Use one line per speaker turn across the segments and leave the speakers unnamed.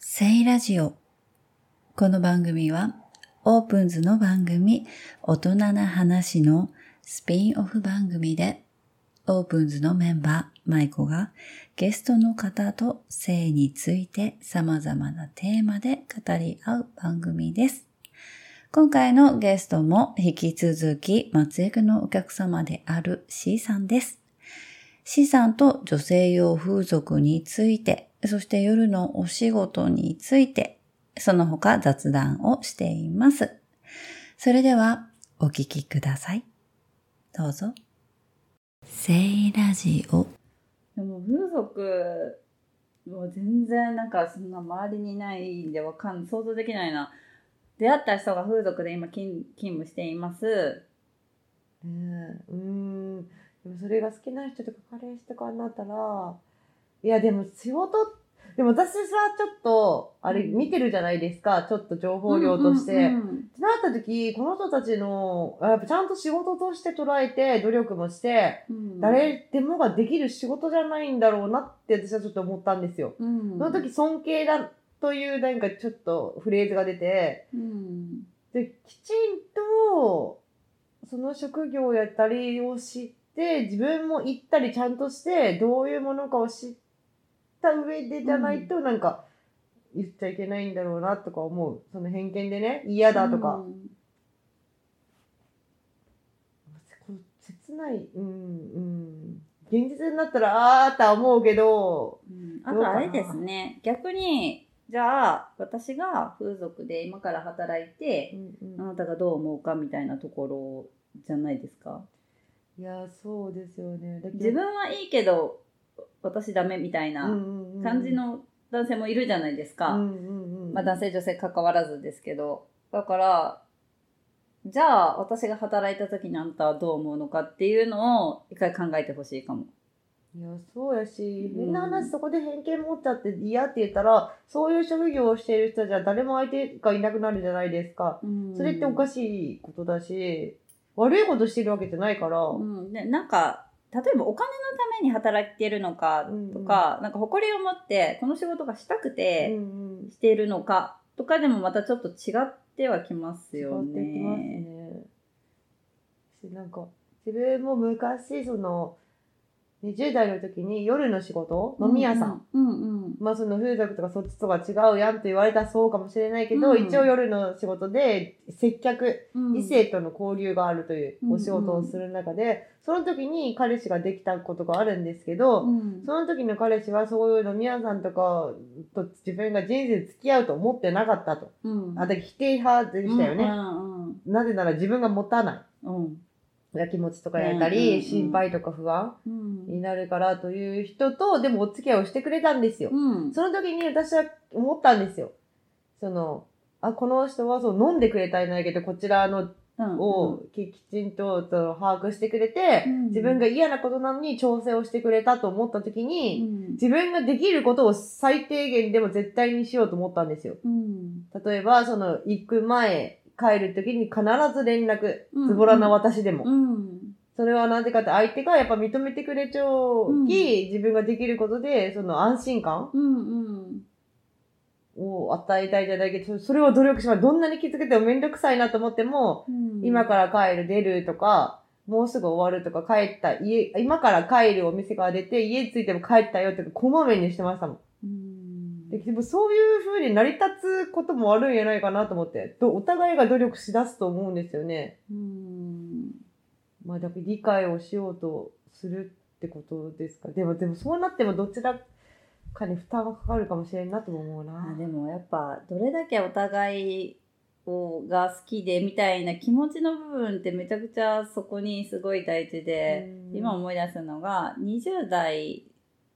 セイラジオ。この番組は、オープンズの番組、大人な話のスピンオフ番組で、オープンズのメンバー、マイコが、ゲストの方と性について様々なテーマで語り合う番組です。今回のゲストも引き続き松江区のお客様である C さんです。C さんと女性用風俗について、そして夜のお仕事について、その他雑談をしています。それではお聞きください。どうぞ。セイラジオ。
でも風俗は全然なんかそんな周りにいないんでわかん想像できないな出会った人が風俗で今勤勤務しています
ねえうーんでもそれが好きな人とか彼氏とかになったらいやでも仕事でも私はちょっとあれ見てるじゃないですかちょっと情報量として。
うんうんうん
ってなった時この人たちのやっぱちゃんと仕事として捉えて努力もして
うん
誰でもができる仕事じゃないんだろうなって私はちょっと思ったんですよ。
うん、
その時尊敬だというなんかちょっとフレーズが出て
うん
できちんとその職業をやったりを知って自分も行ったりちゃんとしてどういうものかを知った上でじゃないとなんか言っちゃいけないんだろうなとか思うその偏見でね嫌だとか、こう切ないうんうん現実になったらあーって思うけど
うんあとあれですね逆にじゃあ私が風俗で今から働いてあなたがどう思うかみたいなところじゃないですか
いやそうですよねだけど
自分はいいけど私ダメみたいな、
うんうんうん
感じの男性もいるじゃないですか、
うんうんうん
まあ、男性女性関わらずですけどだからじゃあ私が働いた時にあんたはどう思うのかっていうのを一回考えてほしいかも、
いや、そうやし、
うん
変な話、そこで偏見持っちゃって嫌って言ったら、そういう職業をしている人じゃ誰も相手がいなくなるじゃないですか。それっておか
しい、
しいことだし、悪いことしてるわけじゃないから、
うん、でなんか例えばお金のために働いてるのかとか、なんか誇りを持ってこの仕事がしたく
う
て
んうん。
しているのかとかでもまたちょっと違ってはきます
違
よ
ってきます
ね。
ね。しなんか、自分も昔、その、20代の時に夜の仕事、飲み屋さん。
うんうん、うん
まあその風俗とかそっちとは違うやんと言われたらそうかもしれないけど、
うん
一応夜の仕事で接客、
うん、
異性との交流があるというお仕事をする中で、その時に彼氏ができたことがあるんですけど、
うん
その時の彼氏はそういう飲み屋さんとかと自分が人生付き合うと思ってなかったと。
うん
あ、だから否定派でしたよ
う
ね。
んうん
なぜなら自分が持たな
うん
い。気持ちとかやった
うんうんうん
り、心配とか不安
うん
になるからという人と、でもお付き合いをしてくれたんですよ。
うん
その時に私は思ったんですよ。その、あ、この人はそう飲んでくれたりないけど、こちらのをききちんとその把握してくれて、
うん
自分が嫌なことなのに調整をしてくれたと思った時
う
に、
ん
自分ができることを最低限でも絶対にしようと思ったんですよ。
うん
例えば、その、行く前、帰る時に必ず連絡、
うん
ズボラな私でも。
うん
それはなぜかって相手がやっぱ認めてくれちゃうき、自分ができることで、その安心感
うん
を与えたいじゃないけど、そそれを努力します。どんなに気づけてもめんどくさいなと思っても、
うん
今から帰る、出るとか、もうすぐ終わるとか、帰った、家、今から帰るお店から出て、家着いても帰ったよとか、こまめにしてましたもん。
うん
ででもそういう風に成り立つこともあるんじゃないかなと思って、どお互いが努力しだすと思うんですよね。
うん
まあ、だから理解をしようとするってことですか。でも、でもそうなってもどちらかに負担がかかるかもしれんなとも思う
あ
な。
でもやっぱどれだけお互いをが好きでみたいな気持ちの部分ってめちゃくちゃそこにすごい大事で、
うん
今思い出すのが20代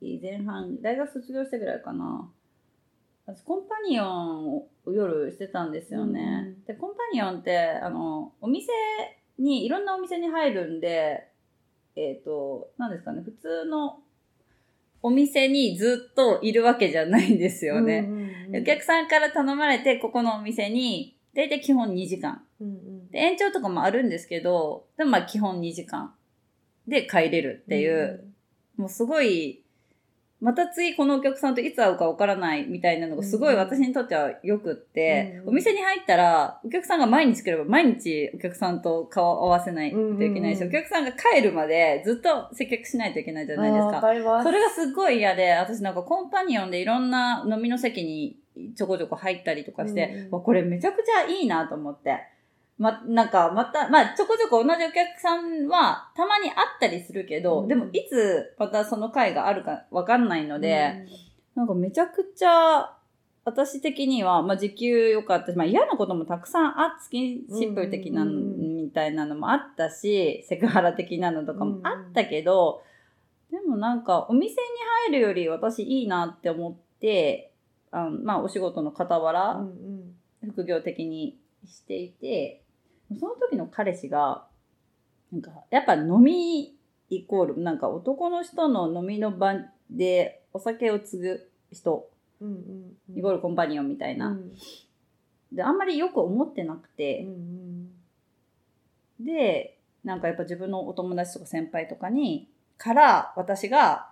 前半大学卒業してぐらいかな私コンパニオンを夜してたんですよね、
うん
でコンパニオンってあのお店にいろんなお店に入るんでえっ、と何ですかね普通のお店にずっといるわけじゃないんですよね、
うんうんうん
お客さんから頼まれてここのお店に大体基本2時間
うんうん
で延長とかもあるんですけどでもまあ基本2時間で帰れるっていう、もうすごいまた次このお客さんといつ会うかわからないみたいなのがすごい
うん
私にとってはよくって、
うん
お店に入ったらお客さんが毎日来れば毎日お客さんと顔を合わせないといけないし、
うん
お客さんが帰るまでずっと接客しないといけないじゃないです
あーわ
か。
かります
そ。れがすっごい嫌で、私なんかコンパニオンでいろんな飲みの席にちょこちょこ入ったりとかして、
うんうん
わこれめちゃくちゃいいなと思って。ま、なんかまた、まあちょこちょこ同じお客さんはたまに会ったりするけど、
うん
でもいつまたその回があるかわかんないので、なんかめちゃくちゃ、私的には、まあ、時給良かったし、まあ、嫌なこともたくさんあっスキンシップ的な、
うんうんう
みたいなのもあったし、セクハラ的なのとかもあったけど、でもなんか、お店に入るより私いいなって思って、あのまあ、お仕事の傍
う
ら
ん、うん
副業的にしていて、その時の彼氏が、なんか、やっぱ飲みイコール、なんか男の人の飲みの場でお酒を継ぐ人、
うんうんうん
イコールコンパニオンみたいな。
うん
で、あんまりよく思ってなく
うん
て、で、なんかやっぱ自分のお友達とか先輩とかに、から私が、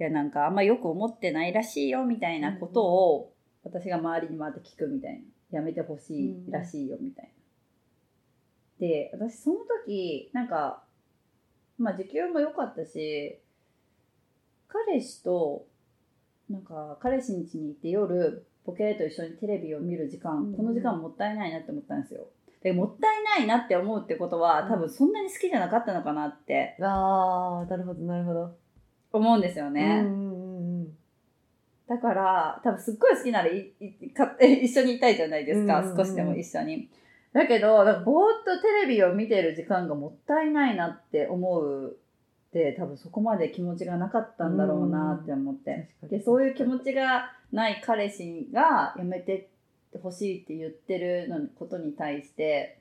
いやなんかあんまよく思ってないらしいよみたいなことを、私が周りに回って聞くみたいな。やめてほしいらしいよみたいな。で、私その時、なんか、まあ時給も良かったし、彼氏と、なんか彼氏ん家に行って夜、ボケと一緒にテレビを見る時間、
うん
この時間もったいないなって思ったんですよ。でもったいないなって思うってことは、多分そんなに好きじゃなかったのかなって
うんああ、なるほど、なるほど。
思うんですよね。
うんうんうん
だから、多分すっごい好きならいいか 一緒にいたいじゃないですか、
うんうんうん
少しでも一緒に。だけど、なんかぼーっとテレビを見てる時間がもったいないなって思うって、多分そこまで気持ちがなかったんだろうなって思って。
確か
で、
に。
そういう気持ちがない彼氏がやめてほしいって言ってるのことに対して、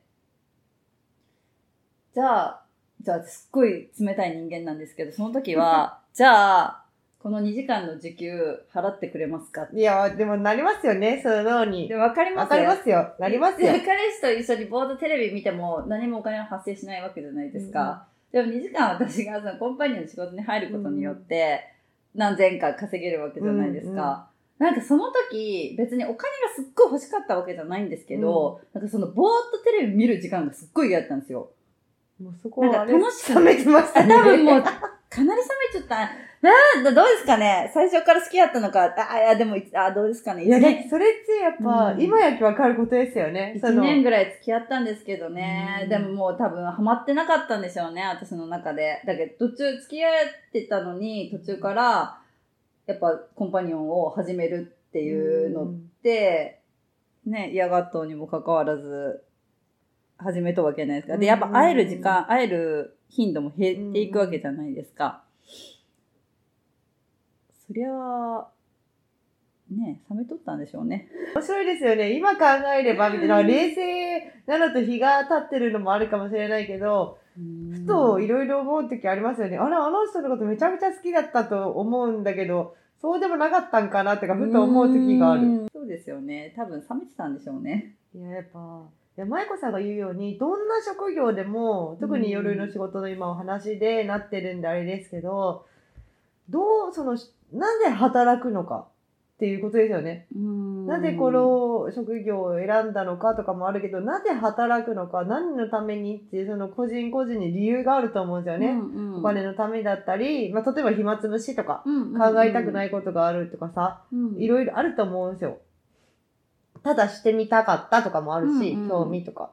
じゃあ、じゃあすっごい冷たい人間なんですけど、その時 は、じゃあ、この2時間の時給払ってくれますか
いや、でもなりますよね、そのように
で。わかりま
わ
す
かりますよ、なりますよ
で。彼氏と一緒にボードテレビ見ても何もお金は発生しないわけじゃないですか。でも2時間私がそのコンパニオンの仕事に入ることによって何千か稼げるわけじゃないですか。なんかその時別にお金がすっごい欲しかったわけじゃないんですけど、なんかそのぼーっとテレビ見る時間がすっごい嫌だったんですよ。
もうそこはあれ
なんか楽しく
冷めてまし
あ
た
多
ね。
分もう、かなり冷めちゃった。なあどうですかね最初から好きだったのか。あ、あいや、でも、あ、どうですかね
いや、
1
ね
年、
それってやっぱ、
うん
今やきわかることですよね。そ
一
の
年ぐらい付き合ったんですけどね
う。ん
でももう多分ハマってなかったんでしょうね、私の中で。だけど途中付き合ってたのに、途中から、やっぱコンパニオンを始めるっていうのって、ね、嫌がったにもかかわらず、始めたわけじゃないですか。で、やっぱ会える時間、会える頻度も減っていくわけじゃないですか。そりゃあ、ね、冷めとったんでしょうね。
面白いですよね。今考えれば、みたいな、冷静なのと日が経ってるのもあるかもしれないけど、ふ
ふ
といろいろ思う時ありますよね。あれ、あの人のことめちゃめちゃ好きだったと思うんだけど、そうでもなかったんかなってか、ふと思う時がある。
る。そうですよね。多分冷めてたんでしょうね。
いや、やっぱ、いや、舞子さんが言うように、どんな職業でも、特に夜の仕事の今お話でなってるんであれですけど、どう、その、なぜ働くのかっていうことですよね。なぜこの職業を選んだのかとかもあるけど、なぜ働くのか、何のためにっていう、その個人個人に理由があると思うんですよね。
うんうん、
お金のためだったり、まあ、例えば暇つぶしとか、
考。
考えたくないいことがあるとかさ、
うん
いろいろあると思うんですよ。ただしてみたかったとかもあるし、
うんうん
興味とか。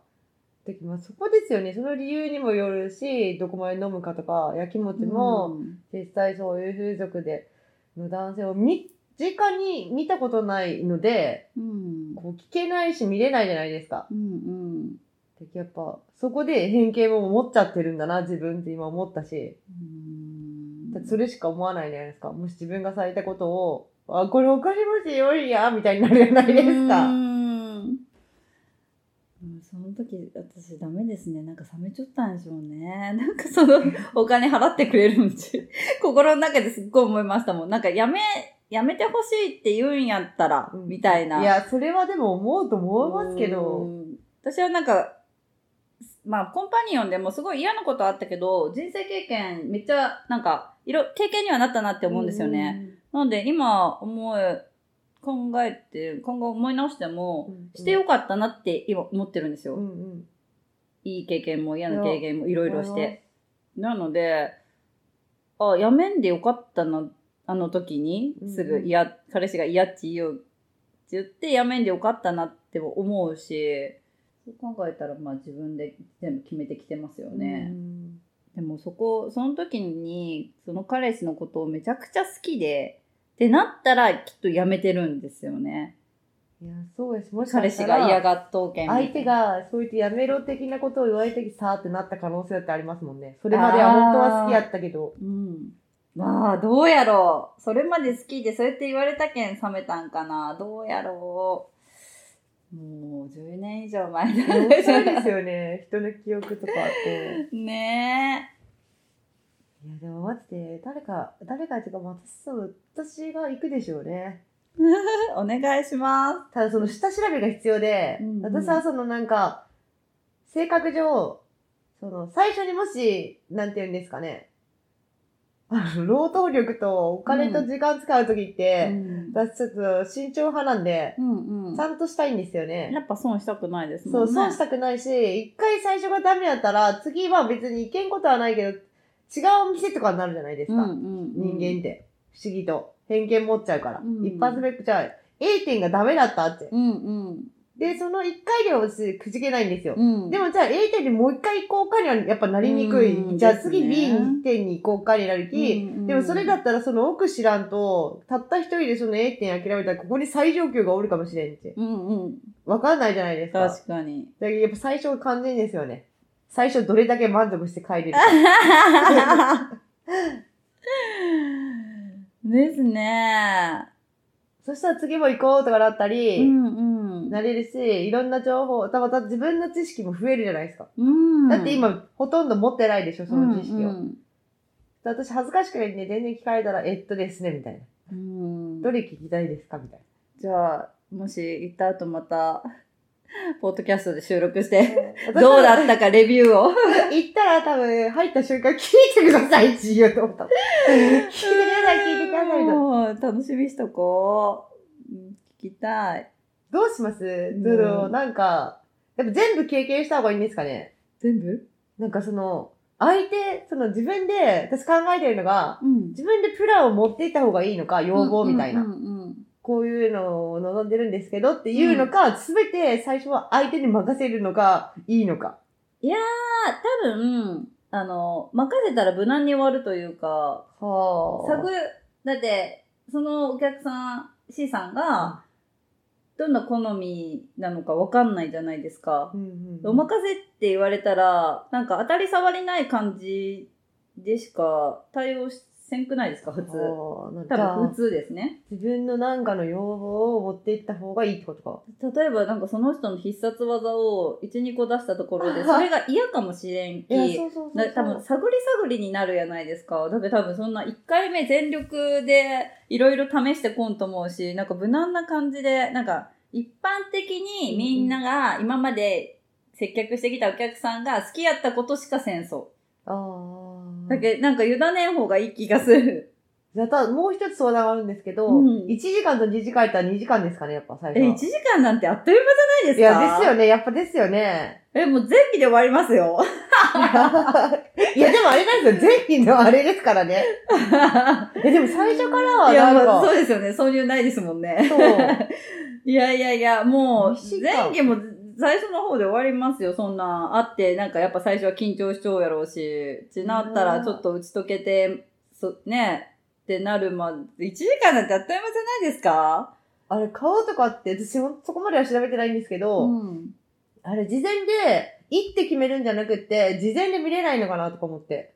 でまあ、そこですよね。その理由にもよるし、どこまで飲むかとか、やきもちも、
うん
実際そういう風俗での男性をみ、直に見たことないので、
うん
こう聞けないし見れないじゃないですか。
うんうん
でやっぱ、そこで偏見も持っちゃってるんだな、自分って今思ったし。
うん
だってそれしか思わないじゃないですか。もし自分がされたことを、あ、これおかしましよりや、みたいになるじゃないですか。
うんうんその時私ダメですねなんか冷めちゃったんでしょうね なんかそのお金払ってくれるんち 心の中ですっごい思いましたもんなんかやめやめてほしいって言うんやったら、
うん
みたいない
や、それはでも思うと思いますけど。
うん。私はなんか、まあ、コンパニオンでもすごい嫌なことあったけど、人生経験めっちゃ、なんか、いろ、経験にはなったなって思うんですよね。。なんで今思え、考えて、今後思い直しても、してよ
く
かったなって今思ってるんですよ。
うんうん、
いい経験も嫌ない
や
経験もいろいろし
思いま
て。なので、あ、やめんでよかったな、あの時に
う、ん
すぐ嫌、彼氏が嫌って言おうって言って、やめんでよかったなっても思うし、そう考えたら、まあ自分で全部決めてきてますよね。
うん
でもそこ、その時に、その彼氏のことをめちゃくちゃ好きで、ってなったら、きっとやめてるんですよね。
いやそうやしもしか
彼
し
氏
た
が嫌
ら
がっとうけんみたいな
相手がそう言ってやめろ的なことを言われてさーってなった可能性だってありますもんねそれまでは本当は好きやった けど
うん。まあ、どうやろう。それまで好きで、そうやって言われたけん冷めたんかな。どうやろう。もう、10年以上前だ
面白いですよね人の記憶とかって
ね
いやでもマジで誰か誰かっていうかまあ私そう私が行くでしょうね
え。お願いしま
ただその下調べが必要で、
うんうん
私はそのなんか性格上その最初にもしなんて言うんですかねあの労働力とお金と時間使う時っ
す。う
て、
ん。
私ちょっと慎重派なんで、
うんうん
ちゃんとしたいんですよね
や。っぱ損したくないです
そ
もん
う、
ね。
損したくないし、一回最初がダメだったら、次は別に行けんことはないけど、違うお店とかになるじゃないです
うん
か。
うんうん、
人間って。不思議と。偏見持っちゃうから。
うん
一発目じゃあ、A 点がダメだったって。
うんうん。
で、その一回では私くじけないんですよ。
うん。
でもじゃあ A 点にもう一回行こうかにはやっぱなりにくい。
うん
じゃあ次
です
B
ね
点に行こうかになるき、
うんうん
でもそれだったらその奥知らんと、たった一人でその A 点諦めたらここに最上級がおるかもしれんって。
うんうん。
わかんないじゃないですか。
確かに。
だけどやっぱ最初は完全ですよね。最初どれだけ満足して帰れる か。
ですね。
そしたら次も行こうとかだった
う
り、
んうん。
なれるし、いろんな情報、たまた自分の知識も増えるじゃないですか。
うん、
だって今、ほとんど持ってないでしょ、その知識を。
うん
で私恥ずかしくないんで、全然聞かれたら、えっとですね、みたいな。
うんうん
どれ聞きたいですかみたい
じゃあもし行った後ま たポッドキャストで収録して
な。
どうだ
私
ったかレビューを
行ったら多分、入った瞬間、聞いてくださいって言おうと思った。聞いてください、聞いてくださいと。
もう楽しみにしとこううん聞きたい
どうします
ん
その、なんか、やっぱ全部経験した方がいいんですかね
全部
なんかその、相手、その自分で、私考えてるのが、
うん
自分でプランを持っていった方がいいのか、要望みたいな。
うんうんうん
こういうのを望んでるんですけどっていうのか、すべ、て最初は相手に任せるのがいいのか。
いやー多分あの任せたら無難に終わるというか
は
サグだってそのお客さん C さんがどんな好みなのかわかんないじゃないですか、
うんうんうん
お任せって言われたら、なんか当たり障りない感じでしか対応せんくないですか、普通。
はあなん
多
かじゃ
分
あ
普通ですね。
自分のなんかの要望を持っていった方がいいってことか。
例えばなんかその人の必殺技を1、2個出したところで、それが嫌かもしれんき、
いや、そうそうそう
な
そう。
多分探り探りになるやないですか。だけど多分そんな1回目全力でいろいろ試してこんと思うし、なんか無難な感じで、なんか一般的にみんなが今まで接客してきたお客さんが好きやったことしか戦争。
ああ。
だけどなんか委ねん方がいい気がする。
じゃあただもう一つ相談があるんですけど、
うん
1時間と2時間やったら2時間ですかね、やっぱ最初
え、
は。
1時間なんてあっという間
い
じゃないですか
や、ですよね。やっぱですよ ね。
え、もう全期で終わります よ。
いや、でもあれなんですよ。全員のあれですからね。いや、でも最初からはい
や、
なん
まあ、
か
そ、うですよね。挿入ないですもんね。
そう。
いやいやいや、も
二時
う、
間
前期も最初の方で終わりますよ、そんなんあって、なんかやっぱ最初は緊張しちゃうやろうし、ちなったらちょっと打ち解けて、そね、ってなるまで、1時間なんてあっという間じゃないですか
あれ、顔とかって、私ほんそこまでは調べてないんですけど、
ん。
あれ、事前で、行って決めるんじゃなくって、事前で見れないのかなとか思って。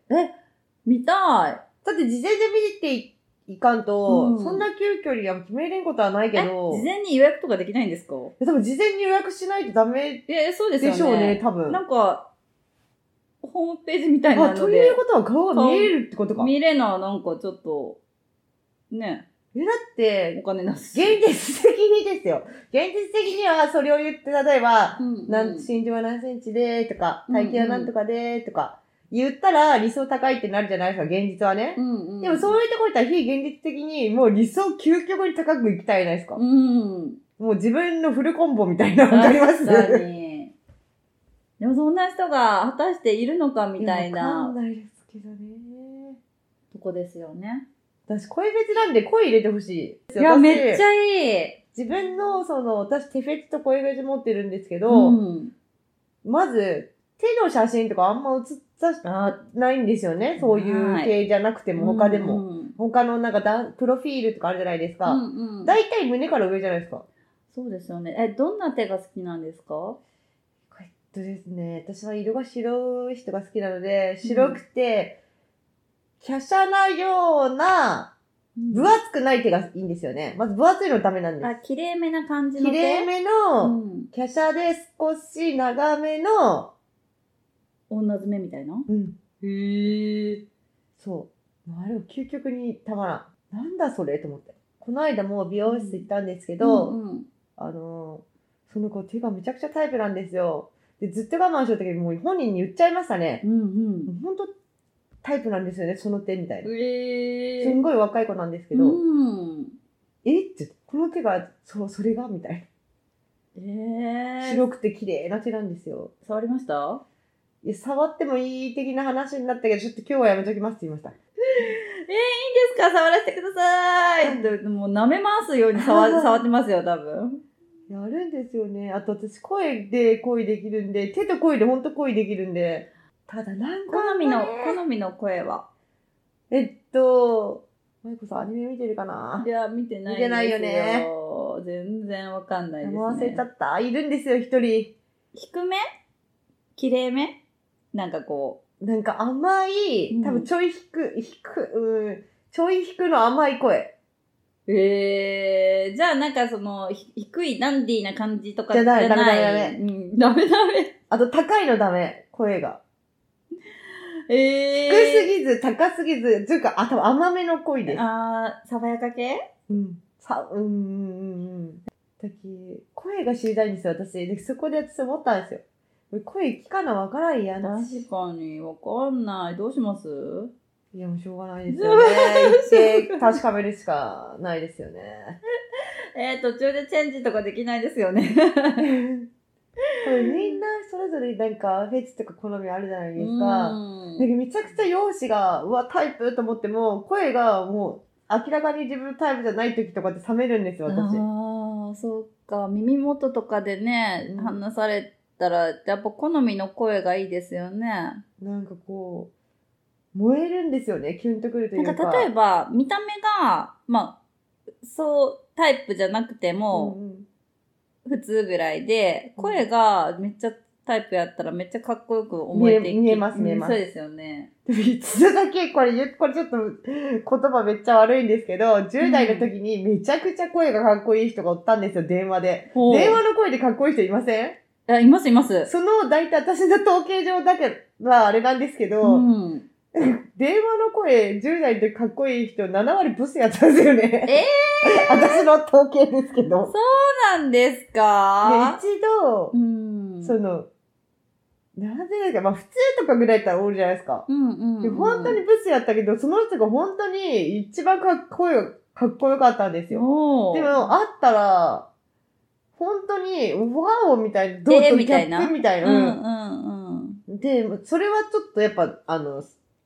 見たい。
だって事前で見ていいかんと、
うん
そんな急遽には決めれんことはないけ
え、
ど、
事前に予約とかできないんですか
でも事前に予約しないとダメ
え、そうですよ
で
ね。
しょうね、多分。
なんか、ホームページみたいな
あ、
の
とい
で
う、ことは顔が見えるってことか。
見れな、なんかちょっと、ね、
えだっ
お
て、
金なし。
現実的にですよ。現実的にはそれを言って、例えば、
うん
なん身長は何センチでとか、体型は何とかでとか、言ったら理想高いってなるじゃないですか、現実はね。
うんうん。
でもそういうとこ行ったら非現実的にもう理想究極に高く行きたいじゃないですか。
うん。
もう自分のフルコンボみたいな、わかります
確かに。でもそんな人が果たしているのかみたい
わかん
な
ないですけどね。
とこですよね。
私、声別なんで声入れてほしい。
いや、
私
めっちゃいい。
自分の、その、私、手フェチと声フェチ持ってるんですけど、
うん。
まず、手の写真とかあんま写さ
あ、
ないんですよね。そうい
は
う
い
系じゃなくて
で
も、他でも。
うん
他のなんかだ、プロフィールとかあるじゃないです
う
か。
んうん。
大体胸から上じゃないですか。
そうですよね。え、どんな手が好きなんですか
えっとですね、私は色が白い人が好きなので、白くて、華奢なような、分厚くない手がいいんですよね。まず分厚いのダメなんで
あ、綺麗めな感じ
す。
の手。
綺麗め
う
の、
ん。
華奢で少し長めの、
女爪みたいな
うん、
へえ。
そう。あれを究極にたまらん。なんだそれと思って。この間もう美容室行ったんですけど、
うんうん
あのーその子手がめちゃくちゃタイプなんですよ。で、ずっと我慢してたけど、もう本人に言っちゃいましたね。
うん
本当タイプなんですよね、その手みたいな
う。ん。え
すんごい若い子なんですけ
う
ど、
ん。
えって、この手が、そう、それがみたいな。
ええ。
白くて綺麗な手なんですよ。
触りました
いや、触ってもいい的な話になったけど、ちょっと今日はやめときますって言いました。
ですか触らせてくださいってもう舐め回すように 触触ってますよ、多分。
やるんですよね。あと私、声で恋できるんで、手と恋で本当恋できるんで、ただなんか、
好みの、好みの声は。
えっと、まゆこさんアニメ見てるかない
や、見てないんです。
見てないよね。
全然わかんないです、ね。
回せちゃった。いるんですよ、一人。
低め綺麗めなんかこ
なんか甘い、多分ちょい低く、低く、うん、ちょい低くの甘い声。
う。えー、じゃあなんかその、ひ低いダンディーな感じとか
じゃない
じゃない
ダメダメ
うん、ダメダメ。
あと高いのダメ、声が。
えー。
低すぎず、高すぎず、というか、あ、多分甘めの恋です。
あー、爽やか系
うん。さ、うん、うん、うんうん。だき、声が知りたいんですよ、私。で、そこで私思ったんですよ。声聞かなわからんやん。
確かに、わかんない。どうします
いや、もうしょうがないです よね。行って確かめるしかないですよね。
えー、途中でチェンジとかできないですよね。
これみんなそれぞれなんかフェチとか好みあるじゃないですか。
うん
なんかめちゃくちゃ容姿が、うわ、タイプと思っても、声がもう明らかに自分のタイプじゃない時とかって冷めるんですよ、私。
ああ、そうか。耳元とかでね、
うん
話されたら、やっぱ好みの声がいいですよね。
なんかこう、燃えるんですよね、キュンとくるとい
な
うんか。
か例えば、見た目が、まあ、そう、タイプじゃなくて
うん
も、
うん
普通ぐらいで、
うん
声がめっちゃタイプやったらめっちゃかっこよく思えてき
見え見えます見えます
うんそうですよね。
でも一度だけ、これ言う、これちょっと言葉めっちゃ悪いんですけど、10代の時にめちゃくちゃ声がかっこいい人がおったんですよ、電話で。電話の声でかっこいい人いません
あいますいます。
その、大体私の統計上だけはあれなんですけど、
うん。
電話の声、10代でかっこいい人、7割ブスやったんですよね。
え
え私の統計ですけど。
そうなんです
で
か
一度
う、ん。
その、なぜですか、まあ普通とかぐらいだったらおるじゃないですか。
うんうんうん。
で本当にブスやったけど、その人が本当に一番かっこよかっこよかったんですよ。
おー
でも、会ったら、本当に、ワオみたいな、どう
えー
ぞ
みたいな
ギャップみたいな。
う
うん
んうんうん。
で、それはちょっとやっぱ、あの、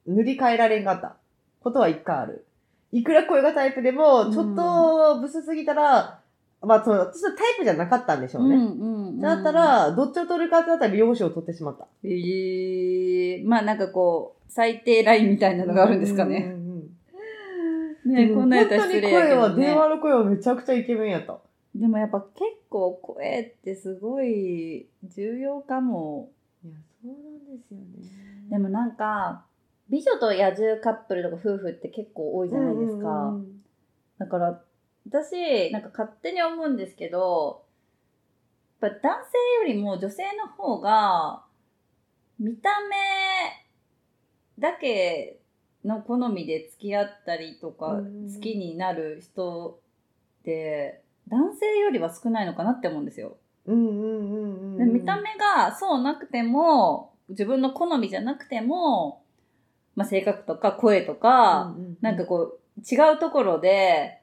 塗り替えられんかったことは一回ある。いくら声がタイプで
う
も、
ん
ちょっとブスすぎたら、まあ、その、私のタイプじゃなかったんでしょうね。
ん
だった、ら、どっちを取るかってなったら、容姿を取ってしまった。
ええまあなんかこう、最低ラインみたいなのがあるんですかね。
うんうんうん。
ね
でも
こんなやったら
本当
失礼
に
やけ
声
ど、
は、電
ね。
話の声はめちゃくちゃイケメンやった。
でもやっぱ結構声ってすごい重要かも。
いや、そうなんですよね。
でもなんか、美女と野獣カップルとか夫婦って結構多いじゃないですか。
うんうん
だから、私、なんか勝手に思うんですけど、やっぱ男性よりも女性の方が、見た目だけの好みで付き合ったりとか、
うん
好きになる人って、男性よりは少ないのかなって思うんですよ。
うんうんうんうんうん。
で見た目がそうなくても自分の好みじゃなくてもまあ、性格とか声とか、なんかこう、違うところで、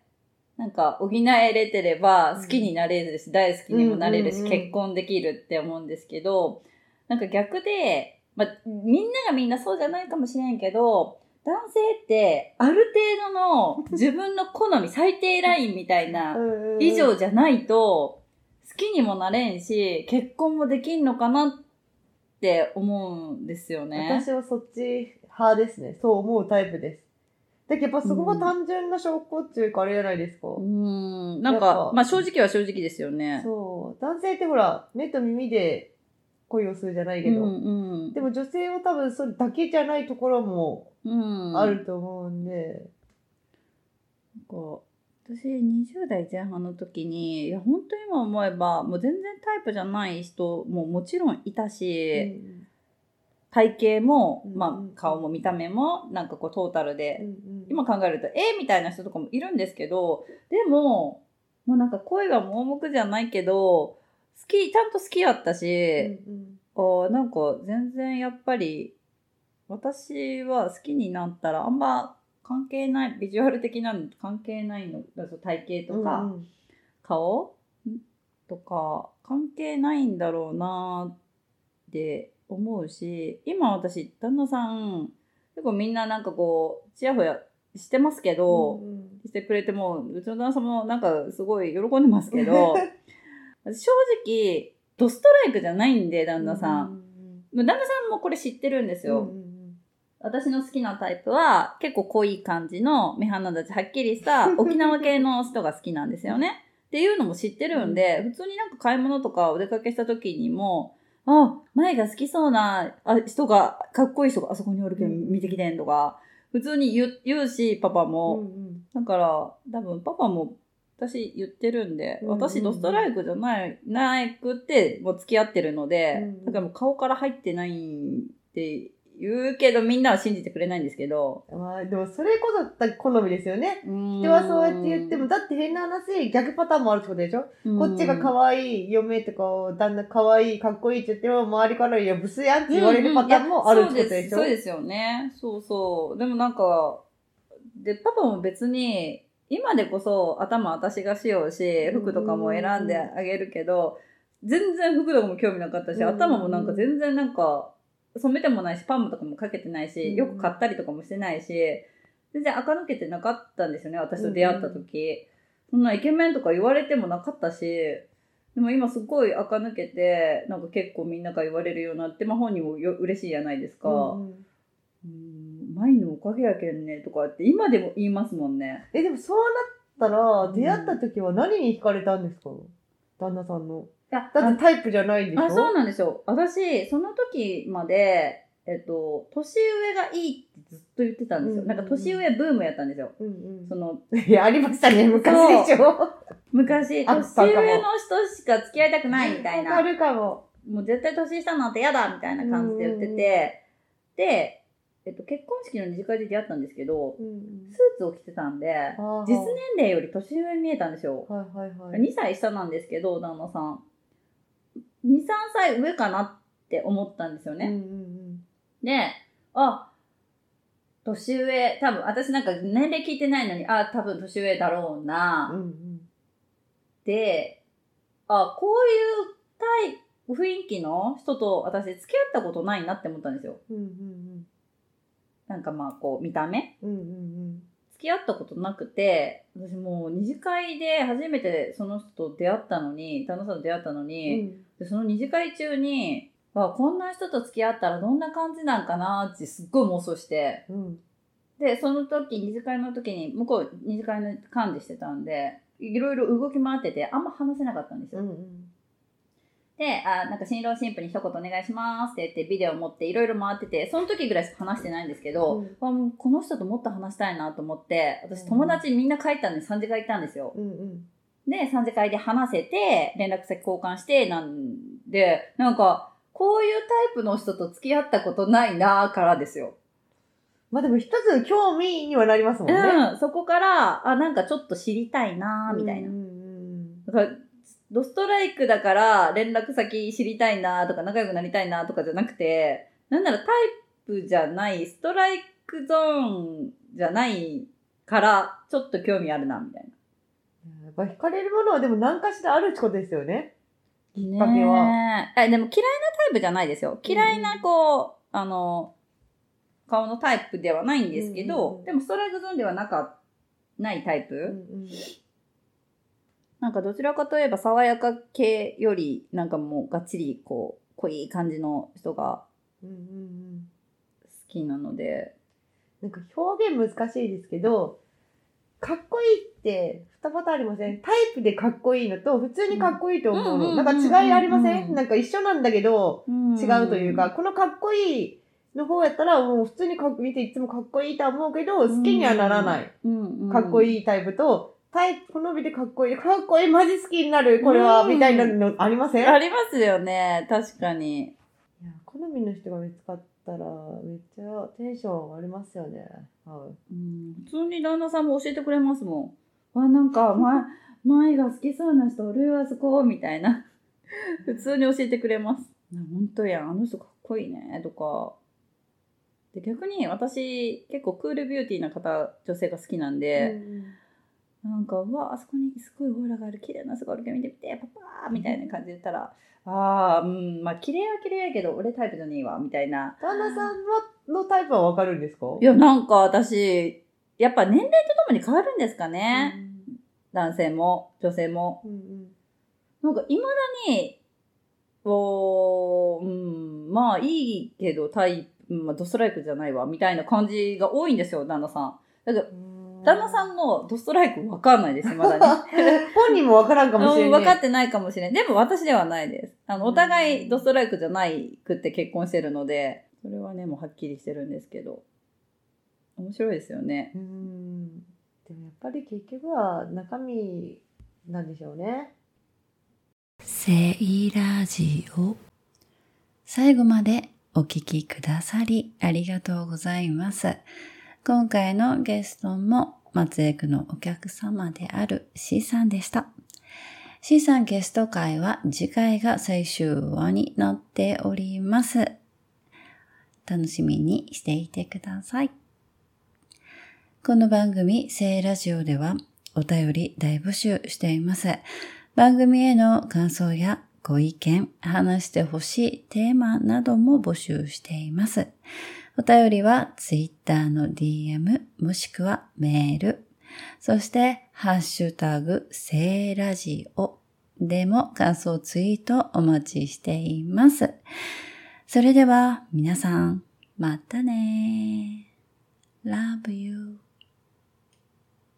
なんか補えれてれば好きになれるし、大好きにもなれるし、
うんうんうん
結婚できるって思うんですけど、なんか逆で、まあ、みんながみんなそうじゃないかもしれんけど、男性ってある程度の自分の好み、最低ラインみたいな以上じゃないと、好きにもなれんし、結婚もできんのかなって思うんですよね
私。はそっち派ですね。そう思うタイプです。だけどやっぱそこが単純な証拠っていうかあれじゃないですか。
うん、なん
やっ
か
ぱ、
まあ正直は正直ですよね。
そう。男性ってほら、目と耳で恋をするじゃないけ
うん
ど、
うん
でも女性は多分それだけじゃないところも
うん、
あると思うんで、
こう私20代前半の時にいや本当今思えばもう全然タイプじゃない人ももちろんいたし、体型も、
うん
まあ、顔も見た目もなんかこうトータルで、今
今
考えるとえーみたいな人とかもいるんですけどでももうなんか声が盲目じゃないけど好きちゃんと好きやったし、あーなんか全然やっぱり私は好きになったらあんま関係ないビジュアル的なの関係ないのだと体型とか、顔とか関係ないんだろうなーって思うし今私旦那さん結構みんななんかこうちやほやしてますけど、してくれてもうちの旦那さんもなんかすごい喜んでますけど正直ドストライクじゃないんで旦那さん、旦那さんもこれ知ってるんですよ、私の好きなタイプは結構濃い感じの目鼻立ちはっきりした沖縄系の人が好きなんですよね。っていうのも知ってるんで、普通になんか買い物とかお出かけした時にも、あ、前が好きそうなあ人が、かっこいい人があそこにおるけど
うん
見てきてんとか、普通に言う言うし、パパも。だから、多分パパも私言ってるんで、
うんうんうん
私ドストライクじゃない、なくて、もう付き合ってるので、
うんうん
だからもう顔から入ってないって言うけど、みんなは信じてくれないんですけど。
まあでもそれこそだ好みですよね。
人
人はそうやって言っても、、だって変な話、逆パターンもあるってことでしょこっちが
わ
可愛い嫁とかを旦那可愛いかっこいいって言っても周りからいやブスやんって言われるパターンもあるってことでしょ、
そうですよね。そうそう。でもなんか、で、パパも別に、今でこそ頭私がしようし、服とかも選んであげるけど、全然服とかも興味なかったし、
うんうんうん
頭もなんか全然なんか、染めてもないし、パンもとかもかけてない
うんう
し、
ん
よく買ったりとかもしてないし、全然垢抜けてなかったんですよね、私と出会った時。そんなイケメンとか言われてもなかったし、でも今すごい垢抜けて、なんか結構みんなが言われるようになって、まあ本人もよ嬉しいじゃないですか。
うんうん
うん、前のおかげやけんねとかって今でも言いますもんね。
えでもそうなったら出会った時は何に惹かれたんですか旦那さんの
あ
だってタイプじゃないんでしょ
あそうなんですよ。私、その時まで、えっと、年上がいいってずっと言ってたんですよ。
うん
なんか年上ブームやったんですよ。
うんうん
その、
いやありましたね昔でしょ
昔、
あ
年
ったかも
上の人しか付き合いたくないみたい
わか
な。
るかも
もう絶対年下なんて嫌だみたいな感じで言ってて。で、えっと、結婚式の二次会で出会ったんですけど、スーツを着てたんで、
あー
実年齢より年上に見えたんですよ。
はいはいはい
2歳下なんですけど旦那さん23歳上かなって思ったんですよ
うん
ね、
うん
であ年上多分私なんか年齢聞いてないのにあ多分年上だろうな、
うんうん
であこういうタイ雰囲気の人と私付き合ったことないなって思ったんですよ
うんうん
なんかまあこう見た目
うんうんうん
付き合ったことなくて私もう二次会で初めてその人と出会ったのに旦那さんと出会ったの
うん
に、でその二次会中にあこんな人と付き合ったらどんな感じなんかなってすっごい妄想して
うんうん
でその時二次会の時に向こう二次会の幹事してたんでいろいろ動き回っててあんま話せなかったんです
う
よ、
んうん
であなんか新郎新婦に一言お願いしますって言ってビデオ持っていろいろ回っててその時ぐらいしか話してないんですけど、
うん
あもうこの人ともっと話したいなと思って私
うん
友達みんな帰ったんで3次会行ったんですよ、
うんうん
で、三次会で話せて、連絡先交換して、なんで、なんか、こういうタイプの人と付き合ったことないなーからですよ。
まあでも一つの興味にはなりますもんね
うん、そこから、あ、なんかちょっと知りたいなーみたいな。
うんうん
だからドストライクだから連絡先知りたいなーとか仲良くなりたいなーとかじゃなくて、なんならタイプじゃない、ストライクゾーンじゃないから、ちょっと興味あるな、みたい
やっぱ惹かれるものはでも何かしらあるってことですよね。きっ
な。
かけは。
ねええ、でも嫌いなタイプじゃないですよ。嫌いな、こう、あの、顔のタイプではないんですけど、
うんうんうん
でもストライクゾーンではなか、ないタイプ、
うんうん
なんかどちらかといえば爽やか系より、なんかもうがっちり、こう、濃い感じの人が
うんうんうん
好きなので、
なんか表現難しいですけど、かっこいいって二パターンありませんタイプでかっこいいのと普通にかっこいいと思
うんうん
う
うんうんう
の。
ん
なんか違いありませ
うんん
なんか一緒なんだけど違うというか、このかっこいいの方やったらもう普通にかっこ見ていつもかっこいいとは思うけど、好きにはならない。
うん、うん
かっこ
い。
いいタイプと、タイプ、好みでかっこいい。かっこいい、マジ好きになる、これは、
うん
みたいなのありませんい
あ
や、
りますよね、確かに。
好みの人が見つかったら、めっちゃテンション上がりますよね。多分
うん普通に旦那さんも教えてくれますもん。あ、なんか、前、前が好きそうな人、俺はそこ、みたいな。 普通に教えてくれます。な本当やん、あの人かっこいいね、とか。で逆に私、結構クールビューティーな方、女性が好きなんで、なんか、うわ、あそこにすごいオーラがある、綺麗な人があるから見てみて、パパーみたいな感じで言ったら、ああ、うん、まあ、綺麗は綺麗やけど、俺タイプじゃねえわ、みたいな。
旦那さんのタイプはわかるんですか
いや、なんか私、やっぱ年齢とともに変わるんですかね。男性も、女性も。
うんうん
なんか、未だに、おーうん、まあ、いいけど、タイプ、うんまあ、ドストライクじゃないわ、みたいな感じが多いんですよ、旦那さん。だから、
うん
旦那さんのドストライクわかんないです、未 だに。
本人もわからんかもしれ
うん
な
分
い。
かってないかもしれん。でも私ではないです。あの、
うん
お互いドストライクじゃないくって結婚してるので、それはね、もうはっきりしてるんですけど。面白いですよね。
うんでもやっぱり結局は中身なんでしょうね。
セイラジオ。最後までお聞きくださりありがとうございます。今回のゲストも松江区のお客様である C さんでした。C さんゲスト会は次回が最終話になっております。楽しみにしていてください。この番組、聖ラジオではお便り大募集しています。番組への感想やご意見、話してほしいテーマなども募集しています。お便りは Twitter の DM もしくはメール、そしてハッシュタグ聖ラジオでも感想ツイートお待ちしています。それでは皆さん、またね Love you.